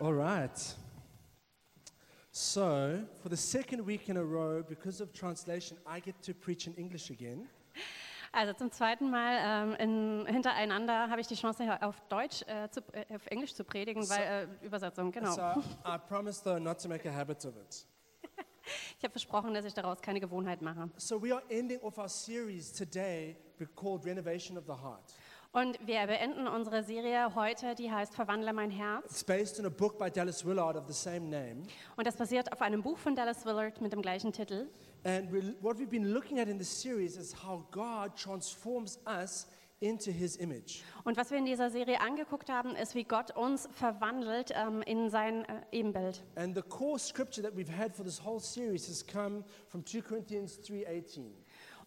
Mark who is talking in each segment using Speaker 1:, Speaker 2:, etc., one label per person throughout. Speaker 1: All right. So, for the second week in a row, because of translation, I get to preach in English again.
Speaker 2: Also zum zweiten Mal ähm, in, hintereinander habe ich die Chance, auf Deutsch, äh, zu, äh, auf Englisch zu predigen, weil äh, Übersetzung, genau.
Speaker 1: So, I promise, though, not to make a habit of it.
Speaker 2: Ich habe versprochen, dass ich daraus keine Gewohnheit mache.
Speaker 1: So, we are ending off our series today called Renovation of the Heart.
Speaker 2: Und wir beenden unsere Serie heute, die heißt Verwandle mein Herz.
Speaker 1: It's based on a book by Dallas Willard of the same name.
Speaker 2: Und das basiert auf einem Buch von Dallas Willard mit dem gleichen Titel.
Speaker 1: And we, what we've been looking at in this series is how God transforms us into his image.
Speaker 2: Und was wir in dieser Serie angeguckt haben, ist, wie Gott uns verwandelt ähm, in sein äh, Ebenbild.
Speaker 1: And the core scripture that we've had for this whole series has come from 2 Corinthians 3:18.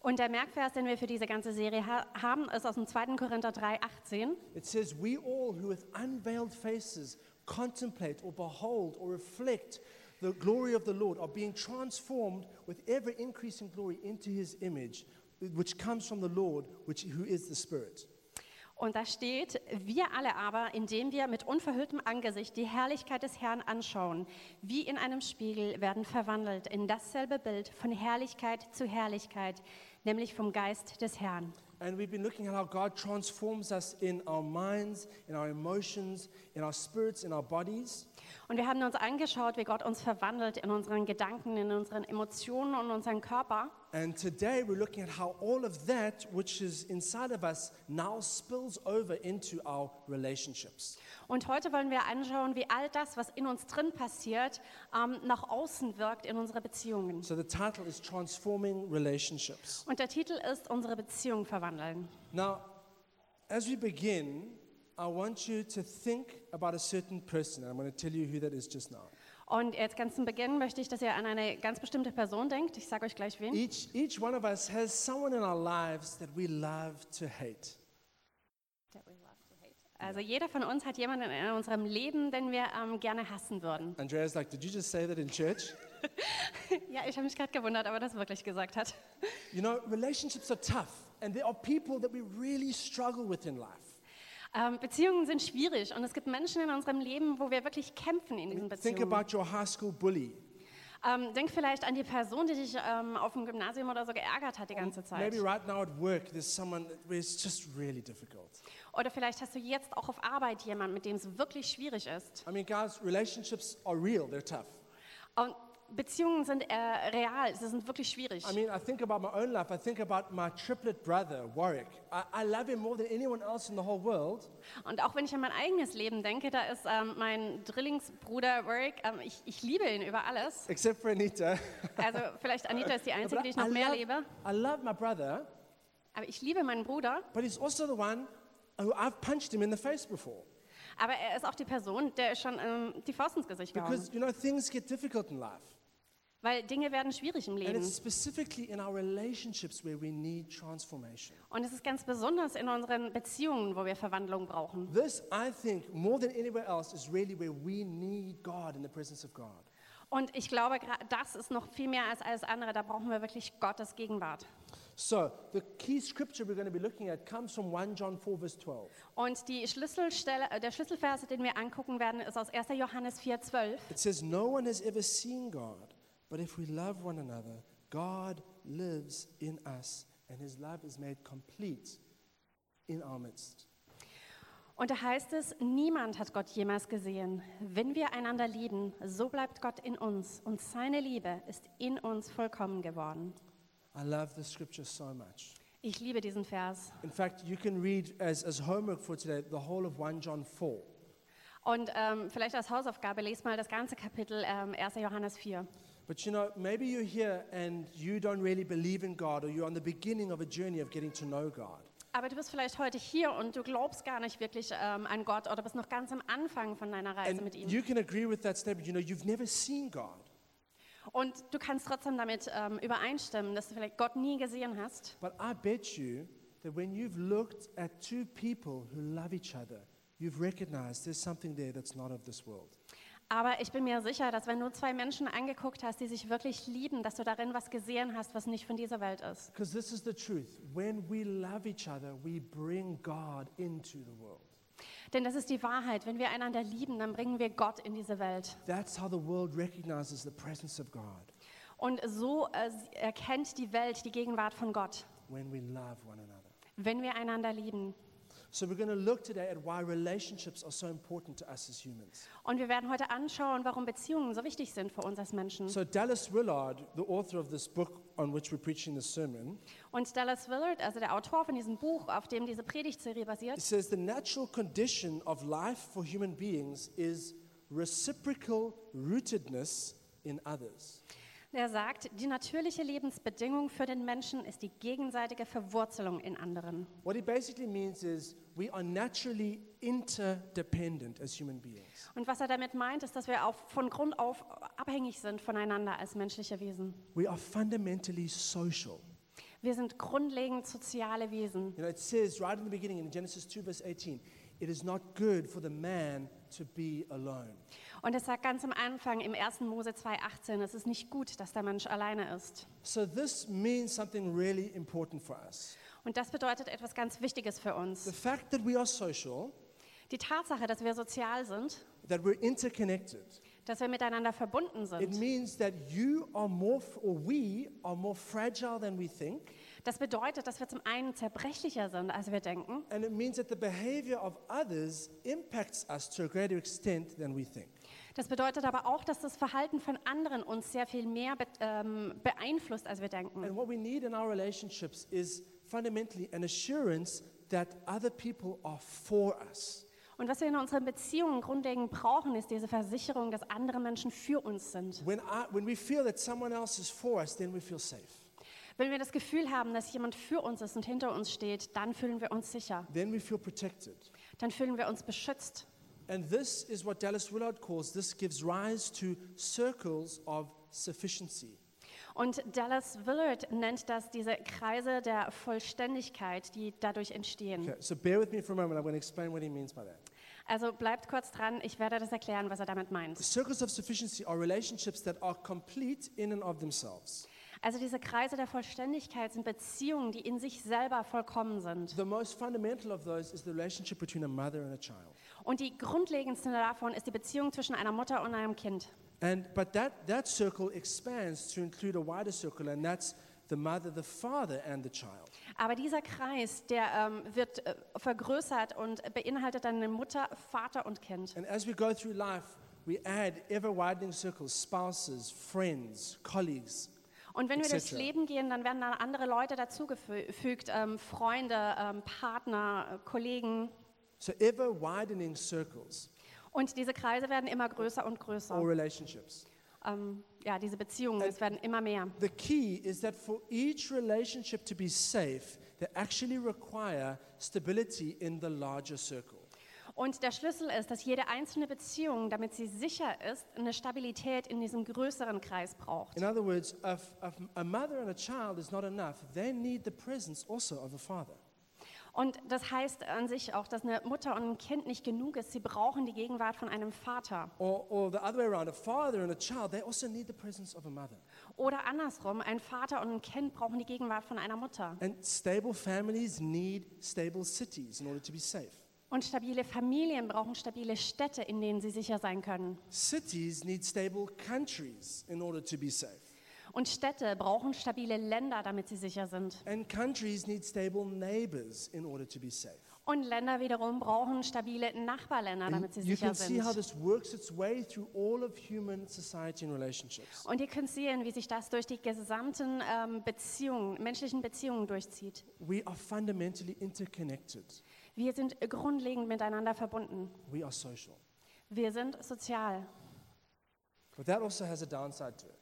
Speaker 2: Und der Merkvers, den wir für diese ganze Serie ha haben, ist aus dem 2. Korinther 3, 18.
Speaker 1: It says, "We all who with unveiled faces contemplate or behold or reflect the glory of the Lord are being transformed with ever increasing glory into his image, which comes from the Lord, which who is the Spirit."
Speaker 2: Und da steht, wir alle aber, indem wir mit unverhülltem Angesicht die Herrlichkeit des Herrn anschauen, wie in einem Spiegel werden verwandelt in dasselbe Bild von Herrlichkeit zu Herrlichkeit, nämlich vom Geist des Herrn.
Speaker 1: And we've been looking at how God transforms us in our minds, in our emotions, in our spirits, in our bodies.
Speaker 2: Und wir haben uns angeschaut, wie Gott uns verwandelt in unseren Gedanken, in unseren Emotionen und unseren Körper.
Speaker 1: And today we're looking at how all of that which is inside of us now spills over into our relationships.
Speaker 2: Und heute wollen wir anschauen, wie all das, was in uns drin passiert, ähm, nach außen wirkt in unsere Beziehungen.
Speaker 1: So the title is Transforming Relationships.
Speaker 2: Und der Titel ist Unsere Beziehung verwandeln.
Speaker 1: Now, as we begin, I want you to think about a certain person. I'm going to tell you who that is just now.
Speaker 2: Und jetzt ganz zum Beginn möchte ich, dass ihr an eine ganz bestimmte Person denkt. Ich sage euch gleich wen.
Speaker 1: Each, each one of us has someone in our lives that we love to hate.
Speaker 2: Also jeder von uns hat jemanden in unserem Leben, den wir ähm, gerne hassen würden.
Speaker 1: Andrea's like, Did you just say that in church?
Speaker 2: Ja, ich habe mich gerade gewundert, ob er das wirklich gesagt hat.
Speaker 1: You know, relationships are tough, and there are people that we really struggle with in life.
Speaker 2: Ähm, Beziehungen sind schwierig und es gibt Menschen in unserem Leben, wo wir wirklich kämpfen in diesen
Speaker 1: Think
Speaker 2: Beziehungen.
Speaker 1: about your high school bully.
Speaker 2: Ähm, denk vielleicht an die Person, die dich ähm, auf dem Gymnasium oder so geärgert hat die ganze Zeit.
Speaker 1: Oh, Maybe right now at work, there's someone where it's just really difficult.
Speaker 2: Oder vielleicht hast du jetzt auch auf Arbeit jemanden, mit dem es wirklich schwierig ist.
Speaker 1: I mean, guys, relationships are real, they're tough.
Speaker 2: Und Beziehungen sind äh, real, sie sind wirklich schwierig.
Speaker 1: I mean, I think about my own life. I think about my triplet brother, Warwick. I, I love him more than anyone else in the whole world.
Speaker 2: Und auch wenn ich an mein eigenes Leben denke, da ist ähm, mein Drillingsbruder Warwick, ähm, ich, ich liebe ihn über alles.
Speaker 1: Except for Anita.
Speaker 2: Also vielleicht Anita ist die
Speaker 1: But
Speaker 2: Einzige, die ich
Speaker 1: I,
Speaker 2: noch mehr
Speaker 1: love,
Speaker 2: liebe.
Speaker 1: I love my brother,
Speaker 2: Aber ich liebe meinen Bruder,
Speaker 1: but he's also the one who I've punched him in the face before.
Speaker 2: aber er ist auch die Person, der ist schon ähm, die Faust ins Gesicht gehauen.
Speaker 1: Because, you know, things get difficult in life.
Speaker 2: Weil Dinge werden schwierig im
Speaker 1: And
Speaker 2: Leben.
Speaker 1: it's specifically in our relationships where we need transformation.
Speaker 2: Und es ist ganz besonders in unseren Beziehungen, wo wir Verwandlung brauchen.
Speaker 1: This, I think, more than anywhere else, is really where we need God in the presence of God.
Speaker 2: Und ich glaube, gra- das ist noch viel mehr als alles andere. Da brauchen wir wirklich Gottes Gegenwart.
Speaker 1: So, the key scripture we're going to be looking at comes from 1 John 4, verse 12.
Speaker 2: Und die Schlüsselstelle, äh, der Schlüsselvers, den wir angucken werden, ist aus 1. Johannes 4,12.
Speaker 1: It says, No one has ever seen God, but if we love one another, God lives in us, and his love is made complete in our midst.
Speaker 2: Und da heißt es, niemand hat Gott jemals gesehen. Wenn wir einander lieben, so bleibt Gott in uns und seine Liebe ist in uns vollkommen geworden.
Speaker 1: I love this scripture so much.
Speaker 2: Ich liebe diesen Vers.
Speaker 1: In fact, you can read as, as homework for today the whole of 1 John 4.
Speaker 2: Und ähm, vielleicht als Hausaufgabe, lest mal das ganze Kapitel ähm, 1. Johannes 4.
Speaker 1: But you know, maybe you're here and you don't really believe in God, or you're on the beginning of a journey of getting to know God.
Speaker 2: Aber du bist vielleicht heute hier und du glaubst gar nicht wirklich ähm, an Gott oder bist noch ganz am Anfang von deiner Reise
Speaker 1: And
Speaker 2: mit ihm.
Speaker 1: you can agree with that statement. You know, you've never seen God.
Speaker 2: Und du kannst trotzdem damit ähm, übereinstimmen, dass du vielleicht Gott nie gesehen hast.
Speaker 1: But I bet you that when you've looked at two people who love each other, you've recognized there's something there that's not of this world.
Speaker 2: Aber ich bin mir sicher, dass wenn du zwei Menschen angeguckt hast, die sich wirklich lieben, dass du darin was gesehen hast, was nicht von dieser Welt ist.
Speaker 1: Because this is the truth. When we love each other, we bring God into the world.
Speaker 2: Denn das ist die Wahrheit. Wenn wir einander lieben, dann bringen wir Gott in diese Welt.
Speaker 1: That's how the world recognizes the presence of God
Speaker 2: Und so äh, sie- erkennt die Welt die Gegenwart von Gott,
Speaker 1: when we love one another.
Speaker 2: wenn wir einander lieben.
Speaker 1: So, we're going to look today at why relationships are so important to us as humans.
Speaker 2: Und wir werden heute anschauen, warum Beziehungen so wichtig sind für uns als Menschen.
Speaker 1: So, Dallas Willard, the author of this book on which we're preaching this sermon,
Speaker 2: Und Dallas Willard, also der Autor von diesem Buch, auf dem diese Predigtserie basiert,
Speaker 1: says the natural condition of life for human beings is reciprocal rootedness in others.
Speaker 2: der sagt, die natürliche Lebensbedingung für den Menschen ist die gegenseitige Verwurzelung in anderen.
Speaker 1: What it basically means is we are naturally interdependent as human beings.
Speaker 2: Und was er damit meint, ist, dass wir auch von Grund auf abhängig sind voneinander als menschliche Wesen.
Speaker 1: We are fundamentally social.
Speaker 2: Wir sind grundlegend soziale Wesen.
Speaker 1: You know, it says right in the beginning in Genesis 2, verse 18, it is not good for the man to be alone.
Speaker 2: Und es sagt ganz am Anfang im 1. Mose 2,18, es ist nicht gut, dass der Mensch alleine ist.
Speaker 1: So, this means something really important for us.
Speaker 2: Und das bedeutet etwas ganz Wichtiges für
Speaker 1: The
Speaker 2: uns.
Speaker 1: fact that we are social,
Speaker 2: Die Tatsache, dass wir sozial sind,
Speaker 1: that we're interconnected,
Speaker 2: dass wir miteinander verbunden
Speaker 1: It
Speaker 2: sind,
Speaker 1: means that you are more, f- or we are more fragile than we think.
Speaker 2: das bedeutet, dass wir zum einen zerbrechlicher sind, als wir denken.
Speaker 1: And it means that the behavior of others impacts us to a greater extent than we think.
Speaker 2: Das bedeutet aber auch, dass das Verhalten von anderen uns sehr viel mehr be ähm, beeinflusst, als wir denken.
Speaker 1: And what we need in our relationships is fundamentally an assurance that other people are for us.
Speaker 2: Und was wir in unseren Beziehungen grundlegend brauchen, ist diese Versicherung, dass andere Menschen für uns sind.
Speaker 1: When, I, when we feel that someone else is for us, then we feel safe.
Speaker 2: Wenn wir das Gefühl haben, dass jemand für uns ist und hinter uns steht, dann fühlen wir uns sicher,
Speaker 1: Then we feel protected.
Speaker 2: dann fühlen wir uns beschützt.
Speaker 1: And this is what Dallas Willard calls this gives rise to circles of sufficiency.
Speaker 2: Und Dallas Willard nennt das diese Kreise der Vollständigkeit, die dadurch entstehen.
Speaker 1: Okay, so bear with me for a moment. I'm going to explain what he means by that.
Speaker 2: Also bleibt kurz dran, ich werde das erklären, was er damit meint.
Speaker 1: Circles of sufficiency are relationships that are complete in and of themselves.
Speaker 2: Also diese Kreise der Vollständigkeit sind Beziehungen, die in sich selber vollkommen sind.
Speaker 1: The most fundamental of those is the relationship between a mother and a child.
Speaker 2: Und die grundlegendste davon ist die Beziehung zwischen einer Mutter und einem Kind.
Speaker 1: And, but that, that circle expands to include a wider circle, and that's the mother, the father, and the child.
Speaker 2: Aber dieser Kreis, der ähm, wird äh, vergrößert und beinhaltet dann eine Mutter, Vater und Kind.
Speaker 1: And as we go through life, we add ever widening circles spouses, friends, colleagues.
Speaker 2: Und wenn wir
Speaker 1: Etc.
Speaker 2: durchs Leben gehen, dann werden dann andere Leute dazugefügt, ähm, Freunde, ähm, Partner, äh, Kollegen.
Speaker 1: So, ever widening circles
Speaker 2: Und diese Kreise werden immer größer und größer.
Speaker 1: or relationships.
Speaker 2: Ähm, ja, diese Beziehungen, es werden immer mehr.
Speaker 1: The key is that for each relationship to be safe, they actually require stability in the larger circle.
Speaker 2: Und der Schlüssel ist, dass jede einzelne Beziehung, damit sie sicher ist, eine Stabilität in diesem größeren Kreis braucht.
Speaker 1: In other words, a, f- a f- a mother and a child is not enough. They need the presence also of a father.
Speaker 2: Und das heißt an sich auch, dass eine Mutter und ein Kind nicht genug ist. Sie brauchen die Gegenwart von einem Vater.
Speaker 1: Or, or the other way around, a father and a child, they also need the presence of a mother.
Speaker 2: Oder andersrum, ein Vater und ein Kind brauchen die Gegenwart von einer Mutter.
Speaker 1: And stable families need stable cities in order to be safe.
Speaker 2: Und stabile Familien brauchen stabile Städte, in denen sie sicher sein können.
Speaker 1: Cities need stable countries in order to be safe.
Speaker 2: Und Städte brauchen stabile Länder, damit sie sicher sind.
Speaker 1: And countries need stable neighbors in order to be safe.
Speaker 2: Und Länder wiederum brauchen stabile Nachbarländer,
Speaker 1: And
Speaker 2: damit sie
Speaker 1: you
Speaker 2: sicher
Speaker 1: can see how
Speaker 2: sind.
Speaker 1: this works its way through all of human society and relationships.
Speaker 2: Und ihr könnt sehen, wie sich das durch die gesamten ähm, Beziehungen, menschlichen Beziehungen durchzieht.
Speaker 1: We are fundamentally interconnected.
Speaker 2: Wir sind grundlegend miteinander verbunden.
Speaker 1: We are social.
Speaker 2: Wir sind sozial.
Speaker 1: But that also has a downside to it.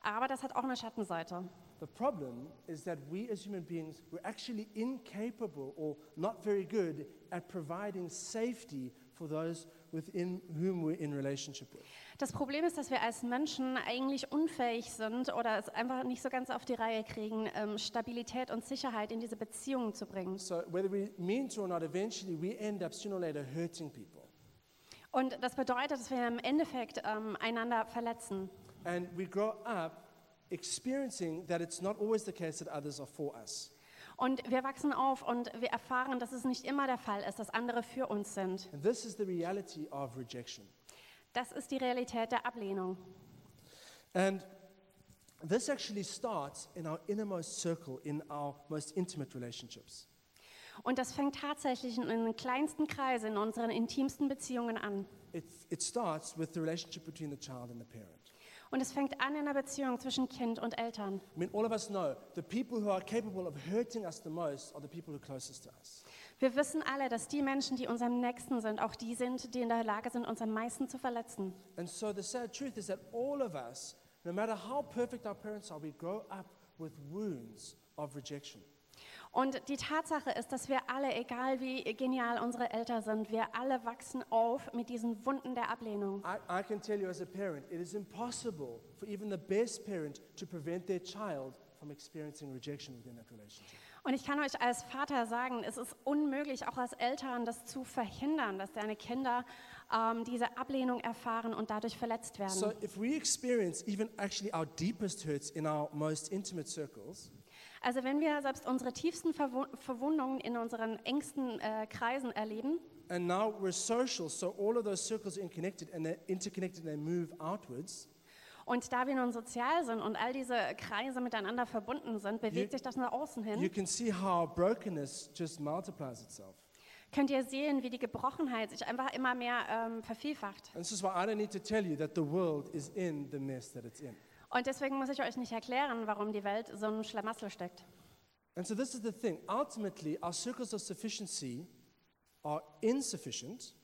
Speaker 2: Aber das hat auch eine Schattenseite.
Speaker 1: The problem is that we as human beings, we're actually incapable or not very good at providing safety for those within whom we're in relationship with.
Speaker 2: Das Problem ist, dass wir als Menschen eigentlich unfähig sind oder es einfach nicht so ganz auf die Reihe kriegen, ähm, Stabilität und Sicherheit in diese Beziehungen zu bringen.
Speaker 1: So, whether we mean to or not, eventually we end up sooner or later hurting people.
Speaker 2: Und das bedeutet, dass wir im Endeffekt ähm, einander verletzen.
Speaker 1: And we grow up experiencing that it's not always the case that others are for us.
Speaker 2: Und wir wachsen auf und wir erfahren, dass es nicht immer der Fall ist, dass andere für uns sind.
Speaker 1: And this is the reality of rejection.
Speaker 2: Das ist die Realität der Ablehnung.
Speaker 1: And this actually starts in our innermost circle, in our most intimate relationships.
Speaker 2: Und das fängt tatsächlich in den kleinsten Kreisen, in unseren intimsten Beziehungen an.
Speaker 1: It, it starts with the relationship between the child and the parent.
Speaker 2: Und es fängt an in der Beziehung zwischen Kind und Eltern.
Speaker 1: I mean, all of us know the people who are capable of hurting us the most are the people who are closest to us.
Speaker 2: Wir wissen alle, dass die Menschen, die unserem Nächsten sind, auch die sind, die in der Lage sind, uns am meisten zu verletzen.
Speaker 1: And so the sad truth is that all of us, no matter how perfect our parents are, we grow up with wounds of rejection.
Speaker 2: Und die Tatsache ist, dass wir alle, egal wie genial unsere Eltern sind, wir alle wachsen auf mit diesen Wunden der Ablehnung.
Speaker 1: I, I can tell you as a parent, it is impossible for even the best parent to prevent their child from experiencing rejection within that relationship.
Speaker 2: Und ich kann euch als Vater sagen, es ist unmöglich, auch als Eltern das zu verhindern, dass deine Kinder ähm, diese Ablehnung erfahren und dadurch verletzt werden.
Speaker 1: So if we experience even actually our deepest hurts in our most intimate circles,
Speaker 2: Also wenn wir selbst unsere tiefsten Verwu Verwundungen in unseren engsten äh, Kreisen erleben
Speaker 1: and now we're social, so all of those circles are connected and they're interconnected and they move outwards,
Speaker 2: und da wir nun sozial sind und all diese Kreise miteinander verbunden sind, bewegt
Speaker 1: You-
Speaker 2: sich das nach außen hin,
Speaker 1: you can see how brokenness just multiplies itself.
Speaker 2: könnt ihr sehen, wie die Gebrochenheit sich einfach immer mehr ähm, vervielfacht.
Speaker 1: And this is why I don't need to tell you that the world is in the mess that it's in.
Speaker 2: Und deswegen muss ich euch nicht erklären, warum die Welt so einem Schlamassel steckt.
Speaker 1: And so this is the thing. Ultimately, our circles of sufficiency are insufficient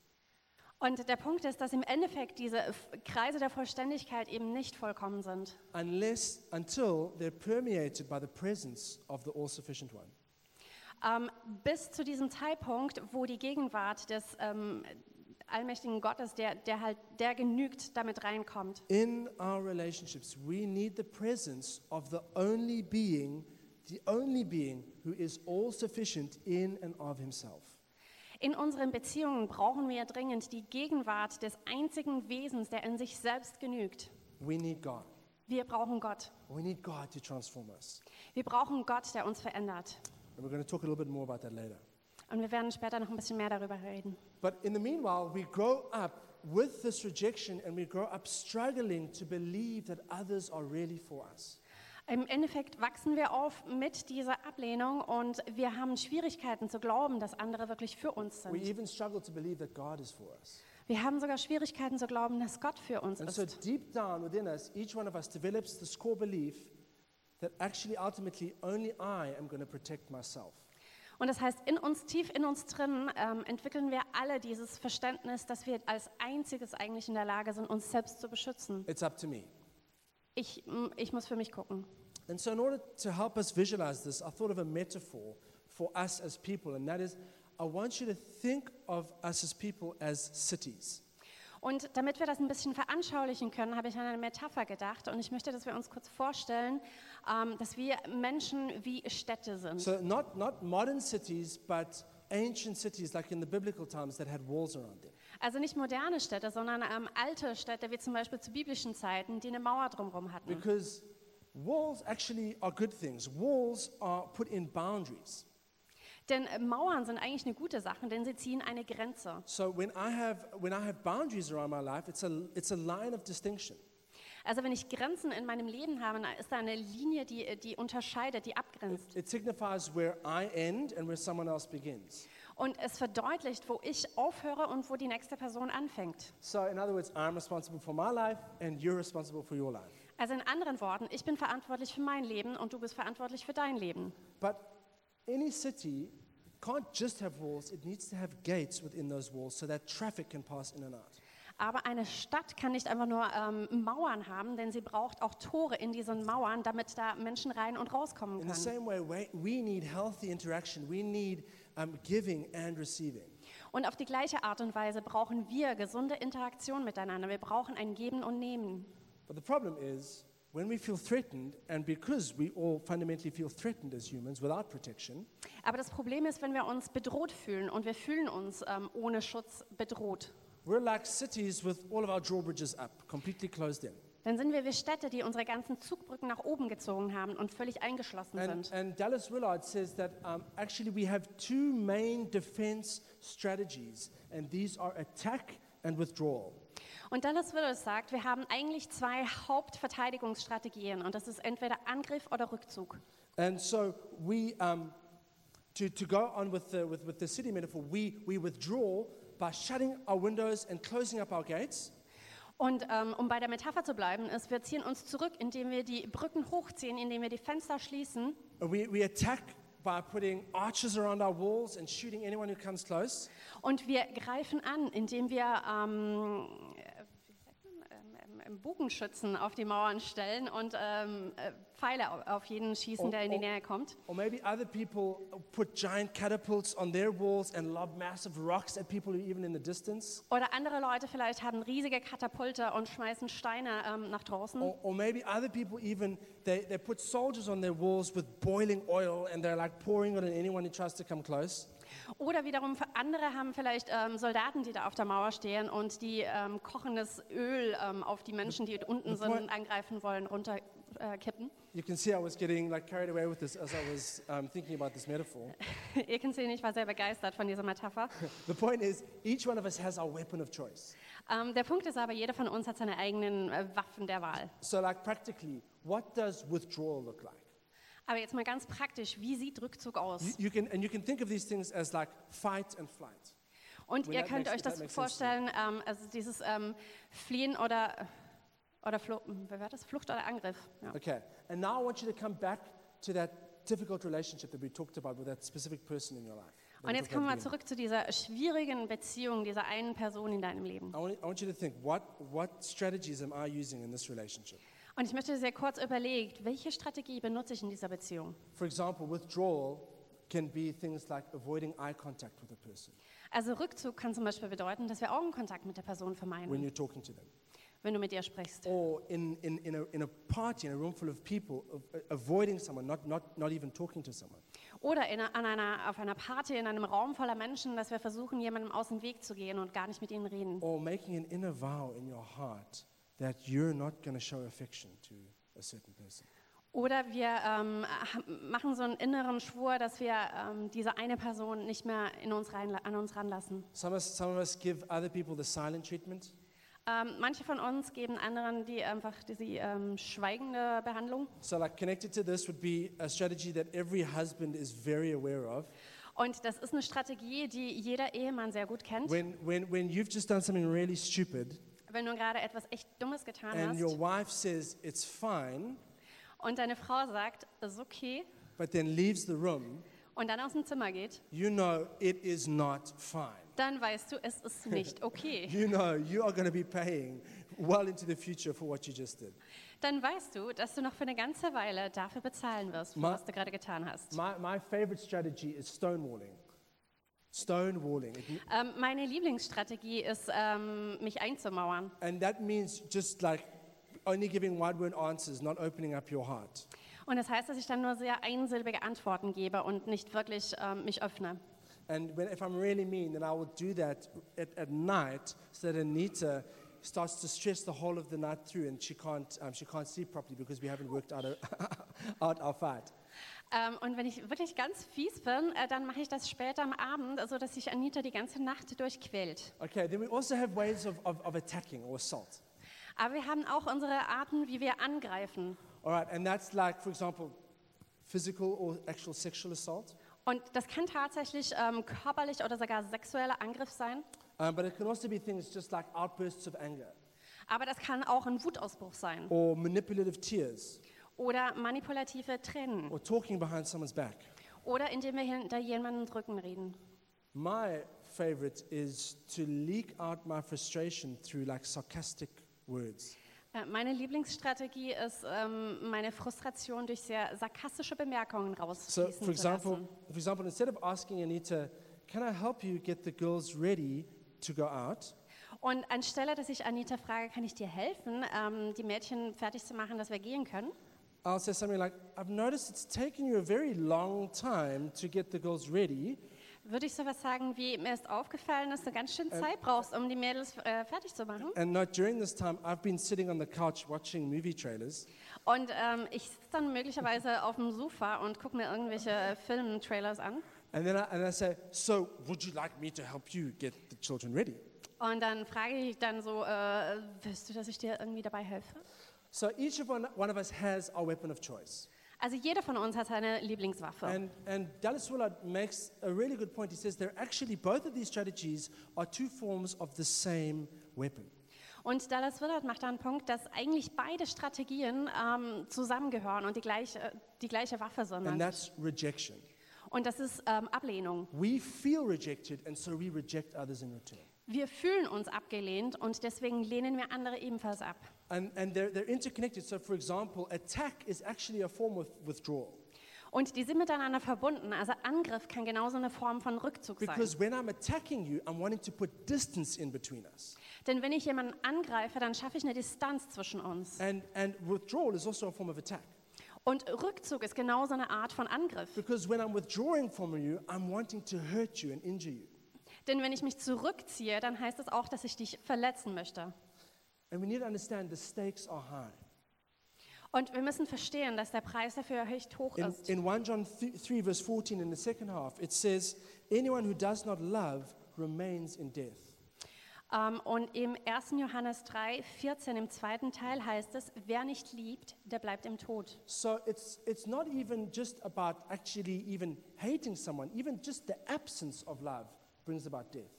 Speaker 2: Und der Punkt ist, dass im Endeffekt diese F- Kreise der Vollständigkeit eben nicht vollkommen sind,
Speaker 1: unless until they're permeated by the presence of the all-sufficient one.
Speaker 2: ähm, bis zu diesem Zeitpunkt, wo die Gegenwart des ähm, allmächtigen Gottes, der, der halt, der genügt, damit reinkommt.
Speaker 1: In our relationships, we need the presence of the only being, the only being who is all-sufficient in and of himself.
Speaker 2: In unseren Beziehungen brauchen wir dringend die Gegenwart des einzigen Wesens, der in sich selbst genügt.
Speaker 1: We need God.
Speaker 2: Wir brauchen Gott.
Speaker 1: We need God to transform us.
Speaker 2: Wir brauchen Gott, der uns verändert.
Speaker 1: And we're going to talk a little bit more about that later.
Speaker 2: Und wir werden später noch ein bisschen mehr darüber reden.
Speaker 1: But in the meanwhile, we grow up with this rejection and we grow up struggling to believe that others are really for us.
Speaker 2: Im Endeffekt wachsen wir auf mit dieser Ablehnung und wir haben Schwierigkeiten zu glauben, dass andere wirklich für uns
Speaker 1: We
Speaker 2: sind.
Speaker 1: even struggle to believe that God is for us.
Speaker 2: Wir haben sogar Schwierigkeiten zu glauben, dass Gott für uns
Speaker 1: And so,
Speaker 2: ist.
Speaker 1: deep down within us, each one of us develops this core belief that actually, ultimately, only I am going to protect myself.
Speaker 2: Und das heißt, in uns, tief in uns drin, ähm, entwickeln wir alle dieses Verständnis, dass wir als einziges eigentlich in der Lage sind, uns selbst zu beschützen.
Speaker 1: It's up to me.
Speaker 2: Ich, m, ich muss für mich gucken.
Speaker 1: And so, in order to help us visualize this, I thought of a metaphor for us as people, and that is I want you to think of us as people as cities.
Speaker 2: Und damit wir das ein bisschen veranschaulichen können, habe ich an eine Metapher gedacht. Und ich möchte, dass wir uns kurz vorstellen, ähm, dass wir Menschen wie Städte sind.
Speaker 1: So not, not modern cities, but ancient cities like in the biblical times that had walls around them.
Speaker 2: Also nicht moderne Städte, sondern ähm, alte Städte, wie zum Beispiel zu biblischen Zeiten, die eine Mauer drumherum hatten.
Speaker 1: Because walls actually are good things. Walls are put in boundaries.
Speaker 2: Denn äh, Mauern sind eigentlich eine gute Sache, denn sie ziehen eine Grenze.
Speaker 1: So when I have, when I have boundaries around my life, it's a, it's a line of distinction.
Speaker 2: Also wenn ich Grenzen in meinem Leben habe, dann ist da eine Linie, die, äh, die unterscheidet, die abgrenzt.
Speaker 1: It signifies where I end and where someone else begins.
Speaker 2: Und es verdeutlicht, wo ich aufhöre und wo die nächste Person anfängt.
Speaker 1: So in other words, I'm responsible for my life and you're responsible for your life.
Speaker 2: Also in anderen Worten, ich bin verantwortlich für mein Leben und du bist verantwortlich für dein Leben.
Speaker 1: But any city can't just have walls, it needs to have gates within those walls so that traffic can pass in and out.
Speaker 2: Aber eine Stadt kann nicht einfach nur ähm, Mauern haben, denn sie braucht auch Tore in diesen Mauern, damit da Menschen rein und
Speaker 1: In
Speaker 2: rauskommen
Speaker 1: the
Speaker 2: können.
Speaker 1: same way, we- we need healthy interaction. We need um, giving and receiving.
Speaker 2: Und auf die gleiche Art und Weise brauchen wir gesunde Interaktion miteinander. Wir brauchen ein Geben und Nehmen.
Speaker 1: But the problem is when we feel threatened, and because we all fundamentally feel threatened as humans without protection,
Speaker 2: Aber das Problem ist, wenn wir uns bedroht fühlen und wir fühlen uns ähm, ohne Schutz bedroht,
Speaker 1: we're like cities with all of our drawbridges up, completely closed in.
Speaker 2: Dann sind wir wie Städte, die unsere ganzen Zugbrücken nach oben gezogen haben und völlig eingeschlossen
Speaker 1: And,
Speaker 2: sind.
Speaker 1: and Dallas Willard says that um, actually we have two main defense strategies, and these are attack and withdrawal.
Speaker 2: Und Dallas Willows sagt, wir haben eigentlich zwei Hauptverteidigungsstrategien und das ist entweder Angriff oder Rückzug.
Speaker 1: And so we, um, to, to go on with the, with, with the city metaphor, we, we withdraw by shutting our windows and closing up our gates.
Speaker 2: Und ähm, um bei der Metapher zu bleiben, ist, wir ziehen uns zurück, indem wir die Brücken hochziehen, indem wir die Fenster schließen.
Speaker 1: And We, we attack by putting arches around our walls and shooting anyone who comes close.
Speaker 2: Und wir greifen an, indem wir ähm, äh, wie sagt man, ähm, ähm, Bogenschützen auf die Mauern stellen und ähm, äh, Pfeile au- auf jeden schießen,
Speaker 1: Oh,
Speaker 2: der in die
Speaker 1: oh.
Speaker 2: Nähe kommt.
Speaker 1: Or maybe other people put giant catapults on their walls and lob massive rocks at people who are even in the distance.
Speaker 2: Oder andere Leute vielleicht haben riesige Katapulte und schmeißen Steine ähm, nach draußen.
Speaker 1: Or, or maybe other people even, they, they put soldiers on their walls with boiling oil and they're like pouring it on anyone who tries to come close.
Speaker 2: Oder wiederum für andere haben vielleicht ähm, Soldaten, die da auf der Mauer stehen und die ähm, kochendes Öl ähm, auf die Menschen, die unten sind und angreifen wollen, äh, runterkippen.
Speaker 1: You can see I was getting like carried away with this as I was um, thinking about this metaphor.
Speaker 2: Ihr kennt sie nicht, war sehr begeistert von dieser Metapher.
Speaker 1: The point is, each one of us has our weapon of choice.
Speaker 2: Ähm, der Punkt ist aber, jeder von uns hat seine eigenen äh, Waffen der Wahl.
Speaker 1: So, like practically, what does withdrawal look like?
Speaker 2: Aber jetzt mal ganz praktisch, wie sieht Rückzug
Speaker 1: You,
Speaker 2: aus?
Speaker 1: you can, and you can think of these things as like fight and flight.
Speaker 2: Und
Speaker 1: Well,
Speaker 2: ihr
Speaker 1: that
Speaker 2: könnt
Speaker 1: makes-
Speaker 2: euch
Speaker 1: that
Speaker 2: das
Speaker 1: makes sense to
Speaker 2: vorstellen, ähm, also dieses ähm, Fliehen oder, oder Flucht, hm, wer war das? Flucht oder Angriff. Ja.
Speaker 1: Okay, and now I want you to come back to that difficult relationship that we talked about with that specific person in your life. that we
Speaker 2: Und jetzt
Speaker 1: talked about
Speaker 2: kommen wir
Speaker 1: at the beginning.
Speaker 2: zurück zu dieser schwierigen Beziehung dieser einen Person in deinem Leben.
Speaker 1: I want, I want you to think, what, what strategies am I using in this relationship?
Speaker 2: Und ich möchte sehr kurz überlegt, welche Strategie benutze ich in dieser Beziehung?
Speaker 1: For example, withdrawal can be things like avoiding eye contact with a person
Speaker 2: Also Rückzug kann zum Beispiel bedeuten, dass wir Augenkontakt mit der Person
Speaker 1: when
Speaker 2: vermeiden,
Speaker 1: you're talking to them.
Speaker 2: wenn du mit ihr sprichst.
Speaker 1: Or in, in, in, a, in a party, in a room full of people, a- a- avoiding someone, not, not, not even talking to someone.
Speaker 2: Oder in, an einer, auf einer Party in einem Raum voller Menschen, dass wir versuchen, jemandem aus dem Weg zu gehen und gar nicht mit ihnen reden.
Speaker 1: Or making an inner vow in your heart that you're not going to show affection to a certain person.
Speaker 2: Oder wir ähm, ha- machen so einen inneren Schwur, dass wir ähm, diese eine Person nicht mehr in uns reinla- an uns ranlassen.
Speaker 1: Some of, us, some of us give other people the silent treatment.
Speaker 2: Ähm, manche von uns geben anderen die einfach diese ähm, schweigende Behandlung.
Speaker 1: So, like connected to this would be a strategy that every husband is very aware of.
Speaker 2: Und das ist eine Strategie, die jeder Ehemann sehr gut kennt.
Speaker 1: When, when, when you've just done something really stupid
Speaker 2: Wenn du gerade etwas echt Dummes getan
Speaker 1: and your
Speaker 2: hast
Speaker 1: wife says it's fine,
Speaker 2: und deine Frau sagt, ist okay,
Speaker 1: but then leaves the room,
Speaker 2: und dann aus dem Zimmer geht,
Speaker 1: you know it is not fine.
Speaker 2: dann weißt du, es ist nicht okay.
Speaker 1: You know you are going to be paying well into the future for what you just did.
Speaker 2: Dann weißt du, dass du noch für eine ganze Weile dafür bezahlen wirst, für
Speaker 1: Ma-
Speaker 2: was du gerade getan hast.
Speaker 1: My, my favorite strategy is stonewalling. Stonewalling. It,
Speaker 2: Ähm, meine Lieblingsstrategie ist, ähm, mich einzumauern.
Speaker 1: and that means just like only giving one word answers, not opening up your heart.
Speaker 2: Und das heißt, dass ich dann nur sehr einsilbige Antworten gebe und nicht wirklich ähm, mich öffne.
Speaker 1: And when, if I'm really mean, then I will do that at, at night so that Anita starts to stress the whole of the night through and she can't, um, she can't sleep properly because we haven't worked out, a, out our fight.
Speaker 2: Ähm, und wenn ich wirklich ganz fies bin, äh, dann mache ich das später am Abend, sodass sich Anita die ganze Nacht durchquält.
Speaker 1: Okay, then we also have ways of, of, of attacking or assault.
Speaker 2: Aber wir haben auch unsere Arten, wie wir angreifen.
Speaker 1: All right, and that's like, for example, physical or actual sexual assault,
Speaker 2: Und das kann tatsächlich ähm, körperlich oder sogar sexueller Angriff sein.
Speaker 1: um, but it can also be things just like outbursts of anger
Speaker 2: Aber das kann auch ein Wutausbruch sein
Speaker 1: or manipulative tears
Speaker 2: oder manipulative Tränen
Speaker 1: or talking behind someone's back.
Speaker 2: oder indem wir hinter jemanden drücken reden.
Speaker 1: My favorite is to leak out my frustration through like sarcastic words.
Speaker 2: Äh, Meine Lieblingsstrategie ist, ähm, meine Frustration durch sehr sarkastische Bemerkungen
Speaker 1: So,
Speaker 2: rausfließen
Speaker 1: for
Speaker 2: zu
Speaker 1: example,
Speaker 2: lassen.
Speaker 1: for example, instead of asking Anita, "Can I help you get the girls ready to go out?"
Speaker 2: Und anstelle, dass ich Anita frage, kann ich dir helfen, ähm, die Mädchen fertig zu machen, dass wir gehen können,
Speaker 1: I'll say something like, "I've noticed it's taken you a very long time to get the girls ready.
Speaker 2: Würde ich sowas sagen wie, mir ist aufgefallen, dass du ganz schön
Speaker 1: Äh,
Speaker 2: Zeit brauchst, um die Mädels äh, fertig zu machen.
Speaker 1: And now during this time, I've been sitting on the couch watching movie trailers,
Speaker 2: Und ähm, ich sitze dann möglicherweise auf dem Sofa und gucke mir irgendwelche äh, Filmtrailers an.
Speaker 1: and then I, and I say, "So, would you like me to help you get the children ready?"
Speaker 2: Und dann frage ich dann so, äh, willst du, dass ich dir irgendwie dabei helfe?
Speaker 1: So each of one, one of us has our weapon of choice.
Speaker 2: Also jeder von uns hat seine Lieblingswaffe.
Speaker 1: And, and Dallas Willard makes a really good point. He says they're actually both of these strategies are two forms of the same weapon.
Speaker 2: Und Dallas Willard macht da einen Punkt, dass eigentlich beide Strategien ähm, zusammengehören und die gleiche, die gleiche Waffe sind.
Speaker 1: And that's rejection.
Speaker 2: Und das ist ähm, Ablehnung.
Speaker 1: We feel rejected, and so we reject others in return.
Speaker 2: Wir fühlen uns abgelehnt und deswegen lehnen wir andere ebenfalls ab.
Speaker 1: And, and they're, they're interconnected. So, for example, attack is actually a form of withdrawal.
Speaker 2: Und die sind miteinander verbunden. Also Angriff kann genauso eine Form von Rückzug sein.
Speaker 1: Because when I'm attacking you, I'm wanting to put distance in between us.
Speaker 2: Denn wenn ich jemanden angreife, dann schaffe ich eine Distanz zwischen uns.
Speaker 1: And, and withdrawal is also a form of attack.
Speaker 2: Und Rückzug ist genauso eine Art von Angriff.
Speaker 1: Because when I'm withdrawing from you, I'm wanting to hurt you and injure you.
Speaker 2: Denn wenn ich mich zurückziehe, dann heißt es auch, dass ich dich verletzen möchte.
Speaker 1: And we need to understand the stakes are high.
Speaker 2: Und wir müssen verstehen, dass der Preis dafür höchst hoch
Speaker 1: In,
Speaker 2: ist.
Speaker 1: in 1 John th- 3, verse 14, in the second half, it says, Anyone who does not love remains in death.
Speaker 2: Ähm, und im 1. Johannes 3, 14 im zweiten Teil heißt es, wer nicht liebt, der bleibt im Tod.
Speaker 1: So it's, it's not even just about actually even hating someone, even just the absence of love brings about death.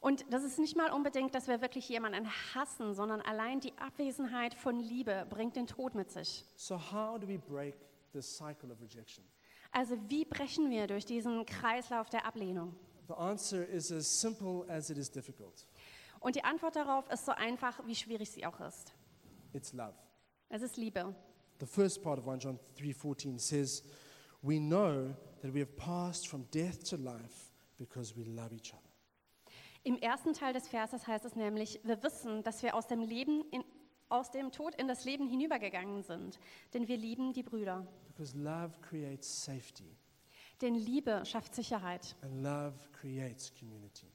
Speaker 2: Und das ist nicht mal unbedingt, dass wir wirklich jemanden hassen, sondern allein die Abwesenheit von Liebe bringt den Tod mit sich.
Speaker 1: So, how do we break this cycle of rejection?
Speaker 2: Also wie brechen wir durch diesen Kreislauf der Ablehnung?
Speaker 1: The answer is as simple as it is difficult
Speaker 2: Und die Antwort darauf ist so einfach, wie schwierig sie auch ist.
Speaker 1: it's love.
Speaker 2: Es ist Liebe.
Speaker 1: The first part of 1 John 3:14 says, "We know that we have passed from death to life because we love each other."
Speaker 2: Im ersten Teil des Verses heißt es nämlich, wir wissen, dass wir aus dem, Leben in, aus dem Tod in das Leben hinübergegangen sind, denn wir lieben die Brüder.
Speaker 1: Because love creates safety
Speaker 2: Denn Liebe schafft Sicherheit
Speaker 1: and love creates community.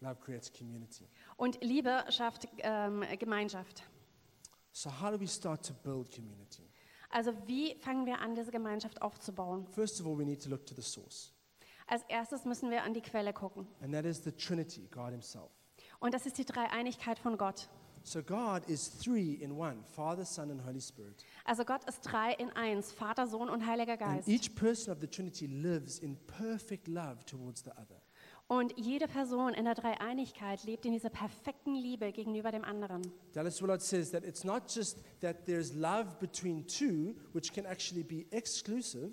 Speaker 1: Love creates community.
Speaker 2: und Liebe schafft ähm, Gemeinschaft.
Speaker 1: So, how do we start to build community?
Speaker 2: Also wie fangen wir an, diese Gemeinschaft aufzubauen?
Speaker 1: First of all, we need to look to the source,
Speaker 2: Als erstes müssen wir an die Quelle gucken.
Speaker 1: and that is the Trinity, God Himself.
Speaker 2: Und das ist die Dreieinigkeit von Gott.
Speaker 1: So, God is three in one Father, Son, and Holy Spirit.
Speaker 2: Also Gott ist drei in eins, Vater, Sohn und Heiliger
Speaker 1: And
Speaker 2: Geist.
Speaker 1: each person of the Trinity lives in perfect love towards the other.
Speaker 2: Und jede Person in der Dreieinigkeit lebt in dieser perfekten Liebe gegenüber dem anderen.
Speaker 1: Dallas Willard says that it's not just that there's love between two, which can actually be exclusive,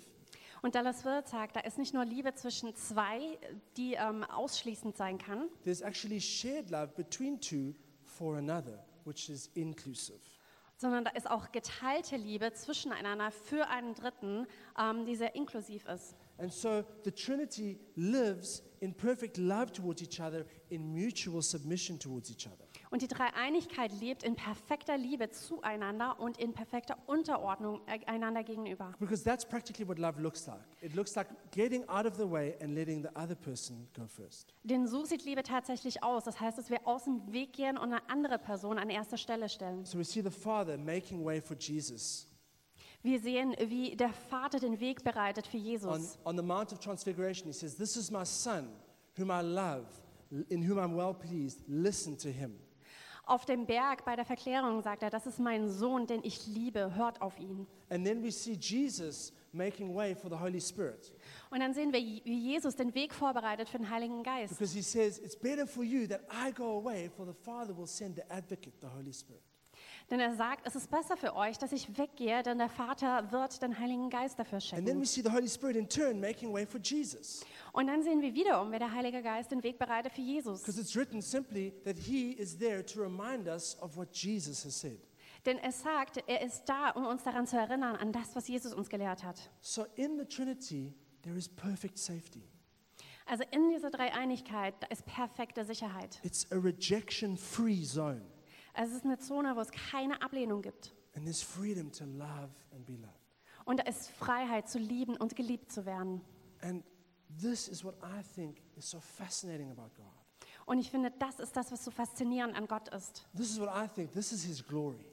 Speaker 2: Und Dallas Willard sagt, da ist nicht nur Liebe zwischen zwei, die ähm, ausschließend sein kann,
Speaker 1: there's actually shared love between two for another, which is inclusive.
Speaker 2: sondern da ist auch geteilte Liebe zwischeneinander für einen Dritten, ähm, die sehr inklusiv ist.
Speaker 1: And so the Trinity lives in perfect love towards each other, in mutual submission towards each other.
Speaker 2: Und die Dreieinigkeit lebt in perfekter Liebe zueinander und in perfekter Unterordnung äh, einander gegenüber.
Speaker 1: Because that's practically what love looks like. It looks like getting out of the way and letting the other person go first.
Speaker 2: Denn so sieht Liebe tatsächlich aus. Das heißt, dass wir aus dem Weg gehen und eine andere Person an erste Stelle stellen.
Speaker 1: So we see the Father making way for Jesus.
Speaker 2: Wir sehen, wie der Vater den Weg bereitet für
Speaker 1: On,
Speaker 2: Jesus.
Speaker 1: on the Mount of Transfiguration, he says, This is my Son, whom I love, in whom I'm well pleased. Listen to him.
Speaker 2: Auf dem Berg bei der Verklärung sagt er, das ist mein Sohn, den ich liebe, hört auf ihn.
Speaker 1: And then we see Jesus making way for the Holy Spirit.
Speaker 2: Und dann sehen wir, wie Jesus den Weg vorbereitet für den Heiligen Geist.
Speaker 1: Because he says, It's better for you that I go away, for the Father will send the advocate, the Holy Spirit.
Speaker 2: Denn er sagt, es ist besser für euch, dass ich weggehe, denn der Vater wird den Heiligen Geist dafür
Speaker 1: And then we
Speaker 2: schicken.
Speaker 1: see the Holy Spirit in turn making way for Jesus.
Speaker 2: Und dann sehen wir wiederum, wie der Heilige Geist den Weg bereitet für Jesus.
Speaker 1: Because it's written simply that he is there to remind us of what Jesus has said.
Speaker 2: Denn er sagt, er ist da, um uns daran zu erinnern, an das, was Jesus uns gelehrt hat.
Speaker 1: So in the Trinity, there is perfect safety.
Speaker 2: Also in dieser Dreieinigkeit, da ist perfekte Sicherheit.
Speaker 1: It's a rejection free zone,
Speaker 2: Also es ist eine Zone, wo es keine Ablehnung gibt.
Speaker 1: and there's freedom to love and be loved.
Speaker 2: Und da ist Freiheit zu lieben und geliebt zu werden.
Speaker 1: And This is what I think is so fascinating about God.
Speaker 2: Und ich finde, das ist das, was so faszinierend an Gott ist.
Speaker 1: This is what I think. This is His glory.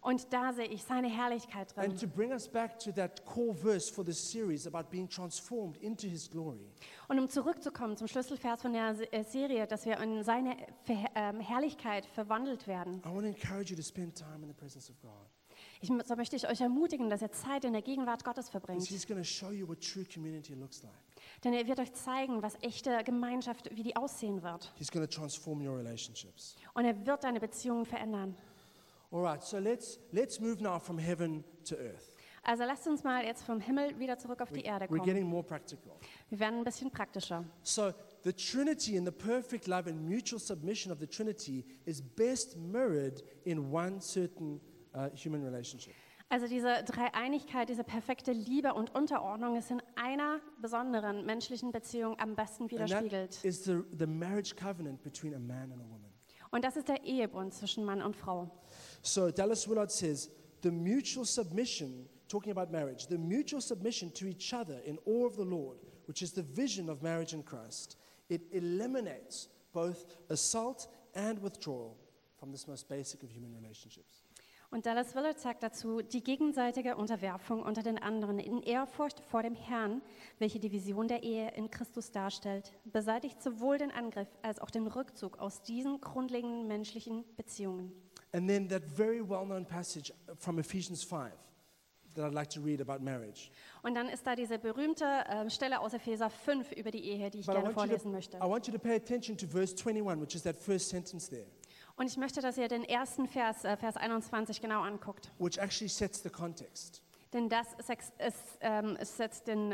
Speaker 2: Und da sehe ich seine Herrlichkeit
Speaker 1: And
Speaker 2: drin.
Speaker 1: to bring us back to that core verse for this series about being transformed into His glory,
Speaker 2: Und um zurückzukommen zum Schlüsselvers von der Se- äh, Serie, dass wir in seine Ver- ähm, Herrlichkeit verwandelt werden.
Speaker 1: I want to encourage you to spend time in the presence of God.
Speaker 2: Ich, mö- so möchte ich euch ermutigen, dass ihr Zeit in der Gegenwart Gottes
Speaker 1: Because
Speaker 2: verbringt.
Speaker 1: He's going to show you what true community looks like.
Speaker 2: Denn er wird euch zeigen, was echte Gemeinschaft, wie die aussehen wird.
Speaker 1: He's going to transform your relationships.
Speaker 2: Und er wird deine Beziehungen verändern.
Speaker 1: All right, so let's, let's move now from heaven to earth.
Speaker 2: Also lasst uns mal jetzt vom Himmel wieder zurück auf die Erde
Speaker 1: We're
Speaker 2: kommen.
Speaker 1: getting more practical.
Speaker 2: Wir werden ein bisschen praktischer.
Speaker 1: So, the Trinity and the perfect love and mutual submission of the Trinity is best mirrored in one certain uh, human relationship.
Speaker 2: Also diese Dreieinigkeit, diese perfekte Liebe und Unterordnung ist in einer besonderen menschlichen Beziehung am besten
Speaker 1: And that
Speaker 2: widerspiegelt.
Speaker 1: is the, the marriage covenant between a man and a woman.
Speaker 2: Und das ist der Ehebund zwischen Mann und Frau.
Speaker 1: So, Dallas Willard says the mutual submission, talking about marriage, the mutual submission to each other in awe of the Lord, which is the vision of marriage in Christ, it eliminates both assault and withdrawal from this most basic of human relationships.
Speaker 2: Und Dallas Willard sagt dazu, die gegenseitige Unterwerfung unter den anderen in Ehrfurcht vor dem Herrn, welche die Vision der Ehe in Christus darstellt, beseitigt sowohl den Angriff als auch den Rückzug aus diesen grundlegenden menschlichen Beziehungen.
Speaker 1: And then that very well known passage from Ephesians 5 that I'd like to read about marriage.
Speaker 2: Und dann ist da diese berühmte äh, Stelle aus Epheser 5 über die Ehe, die ich
Speaker 1: But I
Speaker 2: gerne
Speaker 1: want, you
Speaker 2: vorlesen
Speaker 1: to,
Speaker 2: möchte.
Speaker 1: I want you to pay attention to verse 21, which is that first sentence there,
Speaker 2: Und ich möchte, dass ihr den ersten Vers, äh, Vers 21, genau anguckt.
Speaker 1: which actually sets the context.
Speaker 2: Denn das sex- es, ähm, es setzt den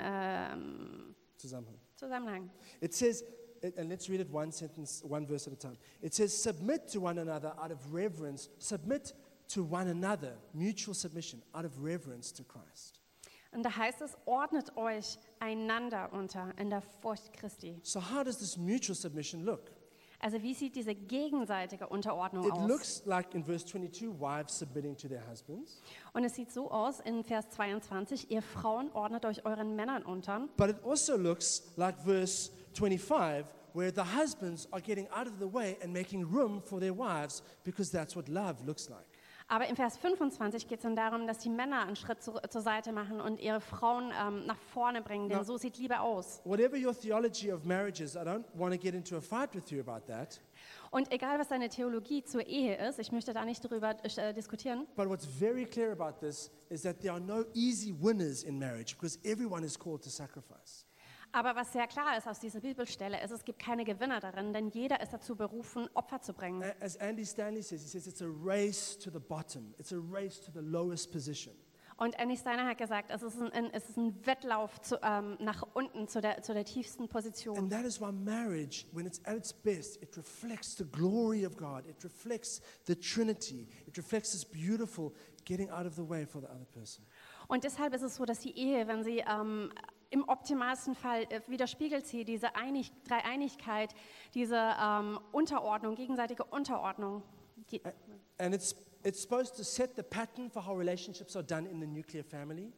Speaker 2: ähm,
Speaker 1: Zusammenhang.
Speaker 2: Zusammenhang.
Speaker 1: It says, and and let's read it one sentence, one verse at a time. It says, Submit to one another out of reverence, submit to one another, mutual submission, out of reverence to Christ.
Speaker 2: Und da heißt es, ordnet euch einander unter in der Furcht Christi.
Speaker 1: So, how does this mutual submission look?
Speaker 2: Also wie sieht diese gegenseitige Unterordnung
Speaker 1: It
Speaker 2: aus?
Speaker 1: looks like in verse 22, wives submitting to their husbands,
Speaker 2: Und es sieht so aus in Vers 22, ihr Frauen ordnet euch euren Männern unter.
Speaker 1: but it also looks like verse 25, where the husbands are getting out of the way and making room for their wives because that's what love looks like.
Speaker 2: Aber in Vers 25 geht es dann darum, dass die Männer einen Schritt zu, zur Seite machen und ihre Frauen ähm, nach vorne bringen, denn
Speaker 1: Na-
Speaker 2: so sieht Liebe aus.
Speaker 1: Whatever your theology of marriage is, I don't want to get into a fight with you about that.
Speaker 2: Und egal, was deine Theologie zur Ehe ist, ich möchte da nicht darüber äh, diskutieren,
Speaker 1: But what's very clear about this is that there are no easy winners in marriage because everyone is called to sacrifice.
Speaker 2: aber was sehr klar ist aus dieser Bibelstelle, ist, es gibt keine Gewinner darin, denn jeder ist dazu berufen, Opfer zu bringen.
Speaker 1: A- As Andy Stanley says, he says it's a race to the bottom, it's a race to the lowest position.
Speaker 2: Und Annie Steiner hat gesagt, es ist ein, ein, es ist ein Wettlauf zu, ähm, nach unten zu der, zu der tiefsten Position.
Speaker 1: And that is why marriage, when it's at its best, it reflects the glory of God, it reflects the Trinity, it reflects this beautiful getting out of the way for the other person.
Speaker 2: Und deshalb ist es so, dass die Ehe, wenn sie ähm, im optimalsten Fall äh, widerspiegelt sie diese Einig Dreieinigkeit, diese ähm, Unterordnung, gegenseitige Unterordnung. Die,
Speaker 1: And it's, it's supposed to set the pattern for how relationships are done in the nuclear family.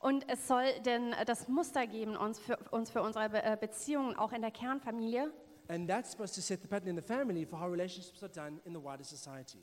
Speaker 2: und es soll denn äh, das Muster geben uns für, uns für unsere Be äh, Beziehungen auch in der Kernfamilie.
Speaker 1: And that's supposed to set the pattern in the family for how relationships are done in the wider society.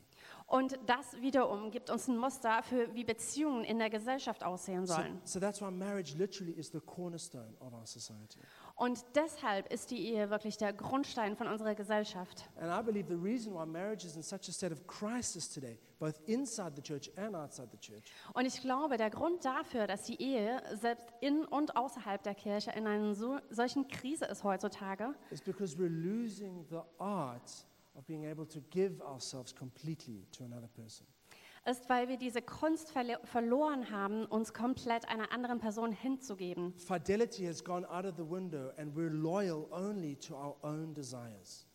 Speaker 2: Und das wiederum gibt uns ein Muster für, wie Beziehungen in der Gesellschaft aussehen
Speaker 1: So,
Speaker 2: sollen.
Speaker 1: so that's why marriage literally is the cornerstone of our society.
Speaker 2: Und deshalb ist die Ehe wirklich der Grundstein von unserer Gesellschaft.
Speaker 1: And I believe the reason why marriage is in such a state of crisis today, both inside the church and outside the church,
Speaker 2: Und ich glaube, der Grund dafür, dass die Ehe selbst in und außerhalb der Kirche in einer so, solchen Krise ist heutzutage,
Speaker 1: is because we're losing the art of being able to give ourselves completely to another person.
Speaker 2: ist, weil wir diese Kunst verle verloren haben, uns komplett einer anderen Person hinzugeben.
Speaker 1: Fidelity has gone out of the window, and we're loyal only to our own desires.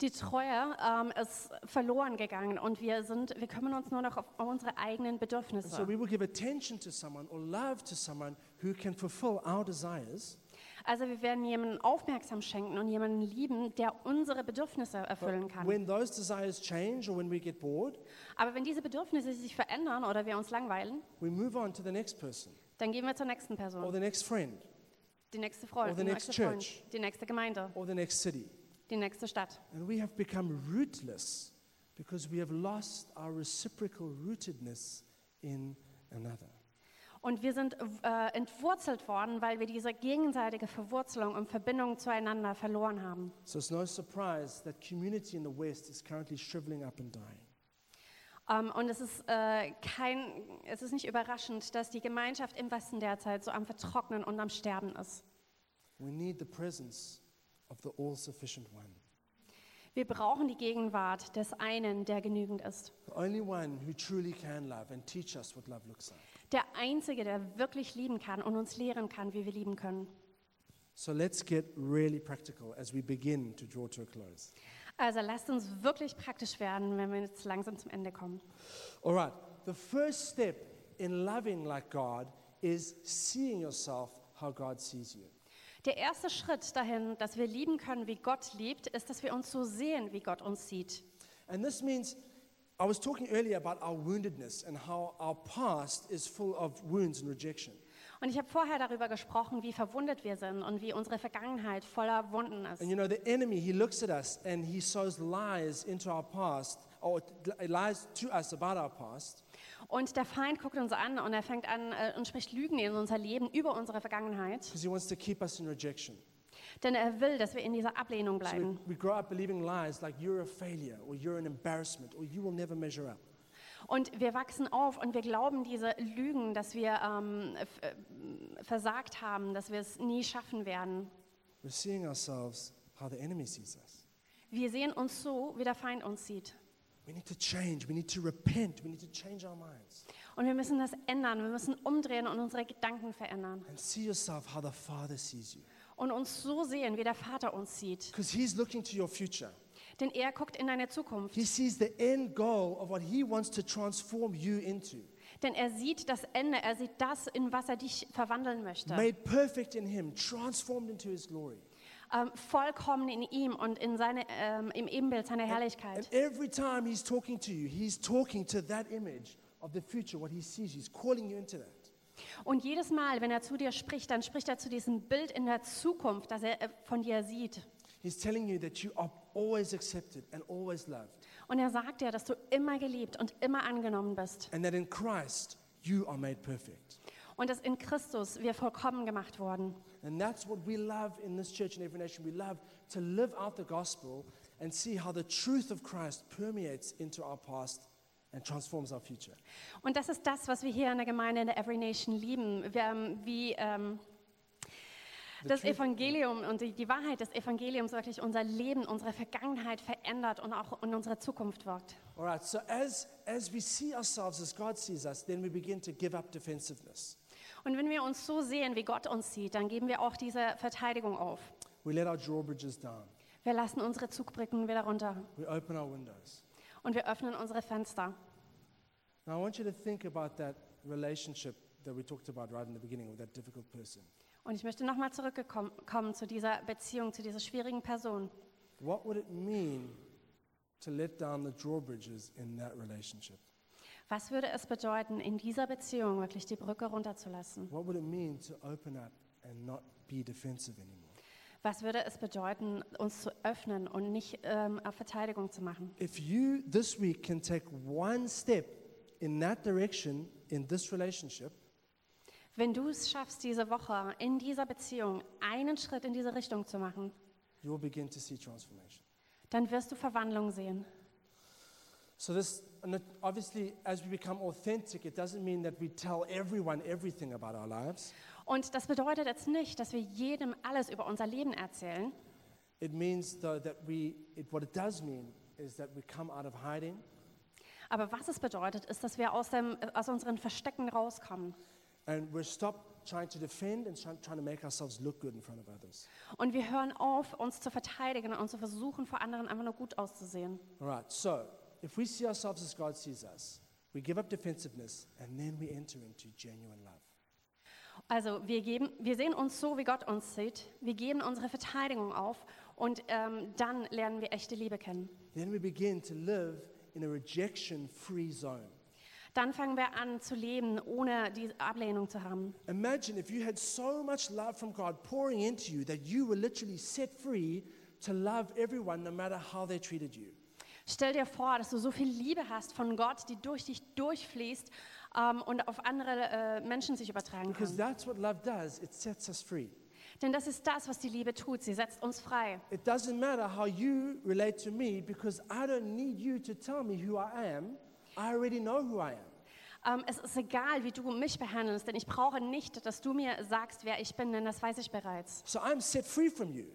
Speaker 2: Die Treue ähm, ist verloren gegangen und wir sind, wir kümmern uns nur noch auf unsere eigenen
Speaker 1: And so
Speaker 2: Bedürfnisse.
Speaker 1: we will give attention to someone or love to someone who can fulfill our desires.
Speaker 2: Also wir werden jemanden aufmerksam schenken und jemanden lieben, der unsere Bedürfnisse erfüllen kann.
Speaker 1: When those desires change or when we get bored,
Speaker 2: Aber wenn diese Bedürfnisse sich verändern oder wir uns langweilen,
Speaker 1: we move on to the next person
Speaker 2: dann gehen wir zur nächsten
Speaker 1: or
Speaker 2: Person
Speaker 1: the next friend
Speaker 2: die nächste Freund,
Speaker 1: Or the
Speaker 2: die
Speaker 1: next
Speaker 2: nächste Freund,
Speaker 1: church.
Speaker 2: die nächste Gemeinde,
Speaker 1: or the next city.
Speaker 2: die nächste Stadt.
Speaker 1: And we have become rootless because we have lost our reciprocal rootedness in another.
Speaker 2: Und wir sind äh, entwurzelt worden, weil wir diese gegenseitige Verwurzelung und Verbindung zueinander verloren haben.
Speaker 1: So it's no surprise that community in the West is currently shriveling up and dying.
Speaker 2: Ähm, und es ist, äh, kein, es ist nicht überraschend, dass die Gemeinschaft im Westen derzeit so am Vertrocknen und am Sterben ist.
Speaker 1: We need the presence of the all sufficient one,
Speaker 2: Wir brauchen die Gegenwart des einen, der genügend ist.
Speaker 1: the only one who truly can love and teach us what love looks like.
Speaker 2: Der Einzige, der wirklich lieben kann und uns lehren kann, wie wir lieben können.
Speaker 1: So let's get really practical as we begin to draw to a close.
Speaker 2: Also lasst uns wirklich praktisch werden, wenn wir jetzt langsam zum Ende kommen.
Speaker 1: All right, the first step in loving like God is seeing yourself how God sees you.
Speaker 2: Der erste Schritt dahin, dass wir lieben können, wie Gott liebt, ist, dass wir uns so sehen, wie Gott uns sieht.
Speaker 1: And this means, I was talking earlier about our woundedness and how our past is full of wounds and rejection.
Speaker 2: Und ich habe vorher darüber gesprochen, wie verwundet wir sind und wie unsere Vergangenheit voller Wunden ist.
Speaker 1: And you know, the enemy, he looks at us and he sows lies into our past, or t- lies to us about our past.
Speaker 2: Und der Feind guckt uns an und er fängt an äh, und spricht Lügen in unser Leben über unsere Vergangenheit,
Speaker 1: Because he wants to keep us in rejection.
Speaker 2: denn er will, dass wir in dieser Ablehnung
Speaker 1: So we,
Speaker 2: bleiben.
Speaker 1: we grow up believing lies like you're a failure, or you're an embarrassment, or you will never measure up.
Speaker 2: Und wir wachsen auf und wir glauben diese Lügen, dass wir ähm, f- äh, versagt haben, dass wir es nie schaffen werden.
Speaker 1: We're seeing ourselves how the enemy sees us.
Speaker 2: Wir sehen uns so, wie der Feind uns sieht.
Speaker 1: We need to change. We need to repent. We need to change our minds
Speaker 2: Und wir müssen das ändern. Wir müssen umdrehen und unsere Gedanken verändern.
Speaker 1: and see yourself how the Father sees you.
Speaker 2: Und uns so sehen, wie der Vater uns sieht.
Speaker 1: Because He's looking to your future.
Speaker 2: Denn er guckt in deine Zukunft.
Speaker 1: He sees the end goal of what He wants to transform you into,
Speaker 2: Denn er sieht das Ende. Er sieht das, in was er dich verwandeln möchte.
Speaker 1: made perfect in Him, transformed into His glory.
Speaker 2: Ähm, vollkommen in ihm und in seine, ähm, im Ebenbild seiner
Speaker 1: And
Speaker 2: Herrlichkeit.
Speaker 1: every time He's talking to you, He's talking to that image of the future, what He sees. He's calling you into that.
Speaker 2: Und jedes Mal, wenn er zu dir spricht, dann spricht er zu diesem Bild in der Zukunft, das er äh, von dir sieht.
Speaker 1: He's telling you that you are always accepted and always loved,
Speaker 2: Und er sagt dir, dass du immer geliebt und immer angenommen bist.
Speaker 1: and that in Christ, you are made perfect.
Speaker 2: Und dass in Christus wir vollkommen gemacht wurden.
Speaker 1: And that's what we love in this church and every nation. We love to live out the gospel and see how the truth of Christ permeates into our past and transforms our future.
Speaker 2: Und das ist das, was wir hier in der Gemeinde in der Every Nation lieben. Wir, ähm, wie ähm, das Evangelium und die, die Wahrheit des Evangeliums wirklich unser Leben, unsere Vergangenheit verändert und auch in unsere Zukunft wirkt.
Speaker 1: All right, so as, as we see ourselves as God sees us, then we begin to give up defensiveness.
Speaker 2: Und wenn wir uns so sehen, wie Gott uns sieht, dann geben wir auch diese Verteidigung auf.
Speaker 1: We let our drawbridges down,
Speaker 2: Wir lassen unsere Zugbrücken wieder runter
Speaker 1: we open our windows.
Speaker 2: und wir öffnen unsere Fenster.
Speaker 1: Now, I want you to think about that relationship that we talked about right in the beginning with that difficult person.
Speaker 2: Und ich möchte nochmal zurückkommen kommen zu dieser Beziehung, zu dieser schwierigen Person.
Speaker 1: What would it mean to let down the drawbridges in that relationship?
Speaker 2: Was würde es bedeuten, in dieser Beziehung wirklich die Brücke runterzulassen?
Speaker 1: What would it mean to open up and not be defensive anymore?
Speaker 2: Was würde es bedeuten, uns zu öffnen und nicht ähm, auf Verteidigung zu machen?
Speaker 1: If you this week can take one step in that direction in this relationship,
Speaker 2: Wenn du es schaffst, diese Woche in dieser Beziehung einen Schritt in diese Richtung zu machen,
Speaker 1: you will begin to see transformation.
Speaker 2: dann wirst du Verwandlung sehen.
Speaker 1: So this and it- obviously as we become authentic, it doesn't mean that we tell everyone everything about our lives.
Speaker 2: Und das bedeutet jetzt nicht, dass wir jedem alles über unser Leben erzählen,
Speaker 1: It means though that we it, what it does mean is that we come out of hiding
Speaker 2: aber was es bedeutet, ist, dass wir aus, dem, äh, aus unseren Verstecken rauskommen.
Speaker 1: and we're stopped trying to defend and try, trying to make ourselves look good in front of others.
Speaker 2: Und wir hören auf, uns zu verteidigen und zu versuchen, vor anderen einfach nur gut auszusehen.
Speaker 1: All right, so if we see ourselves as God sees us, we give up defensiveness and then we enter into genuine love.
Speaker 2: Also wir, geben, wir sehen uns so, wie Gott uns sieht. Wir geben unsere Verteidigung auf und ähm, dann lernen wir echte Liebe kennen.
Speaker 1: Then we begin to live in a rejection free zone.
Speaker 2: Dann fangen wir an zu leben, ohne die Ablehnung zu haben.
Speaker 1: Imagine if you had so much love from God pouring into you that you were literally set free to love everyone no matter how they treated you.
Speaker 2: Stell dir vor, dass du so viel Liebe hast von Gott, die durch dich durchfließt ähm, und auf andere äh, Menschen sich übertragen
Speaker 1: Because
Speaker 2: kann.
Speaker 1: that's what love does it sets us free.
Speaker 2: Denn das ist das, was die Liebe tut. Sie setzt uns frei.
Speaker 1: It doesn't matter how you relate to me because I don't need you to tell me who I am. I already know who I am.
Speaker 2: Ähm, es ist egal, wie du mich behandelst, denn ich brauche nicht, dass du mir sagst, wer ich bin, denn das weiß ich bereits.
Speaker 1: So I'm set free from you.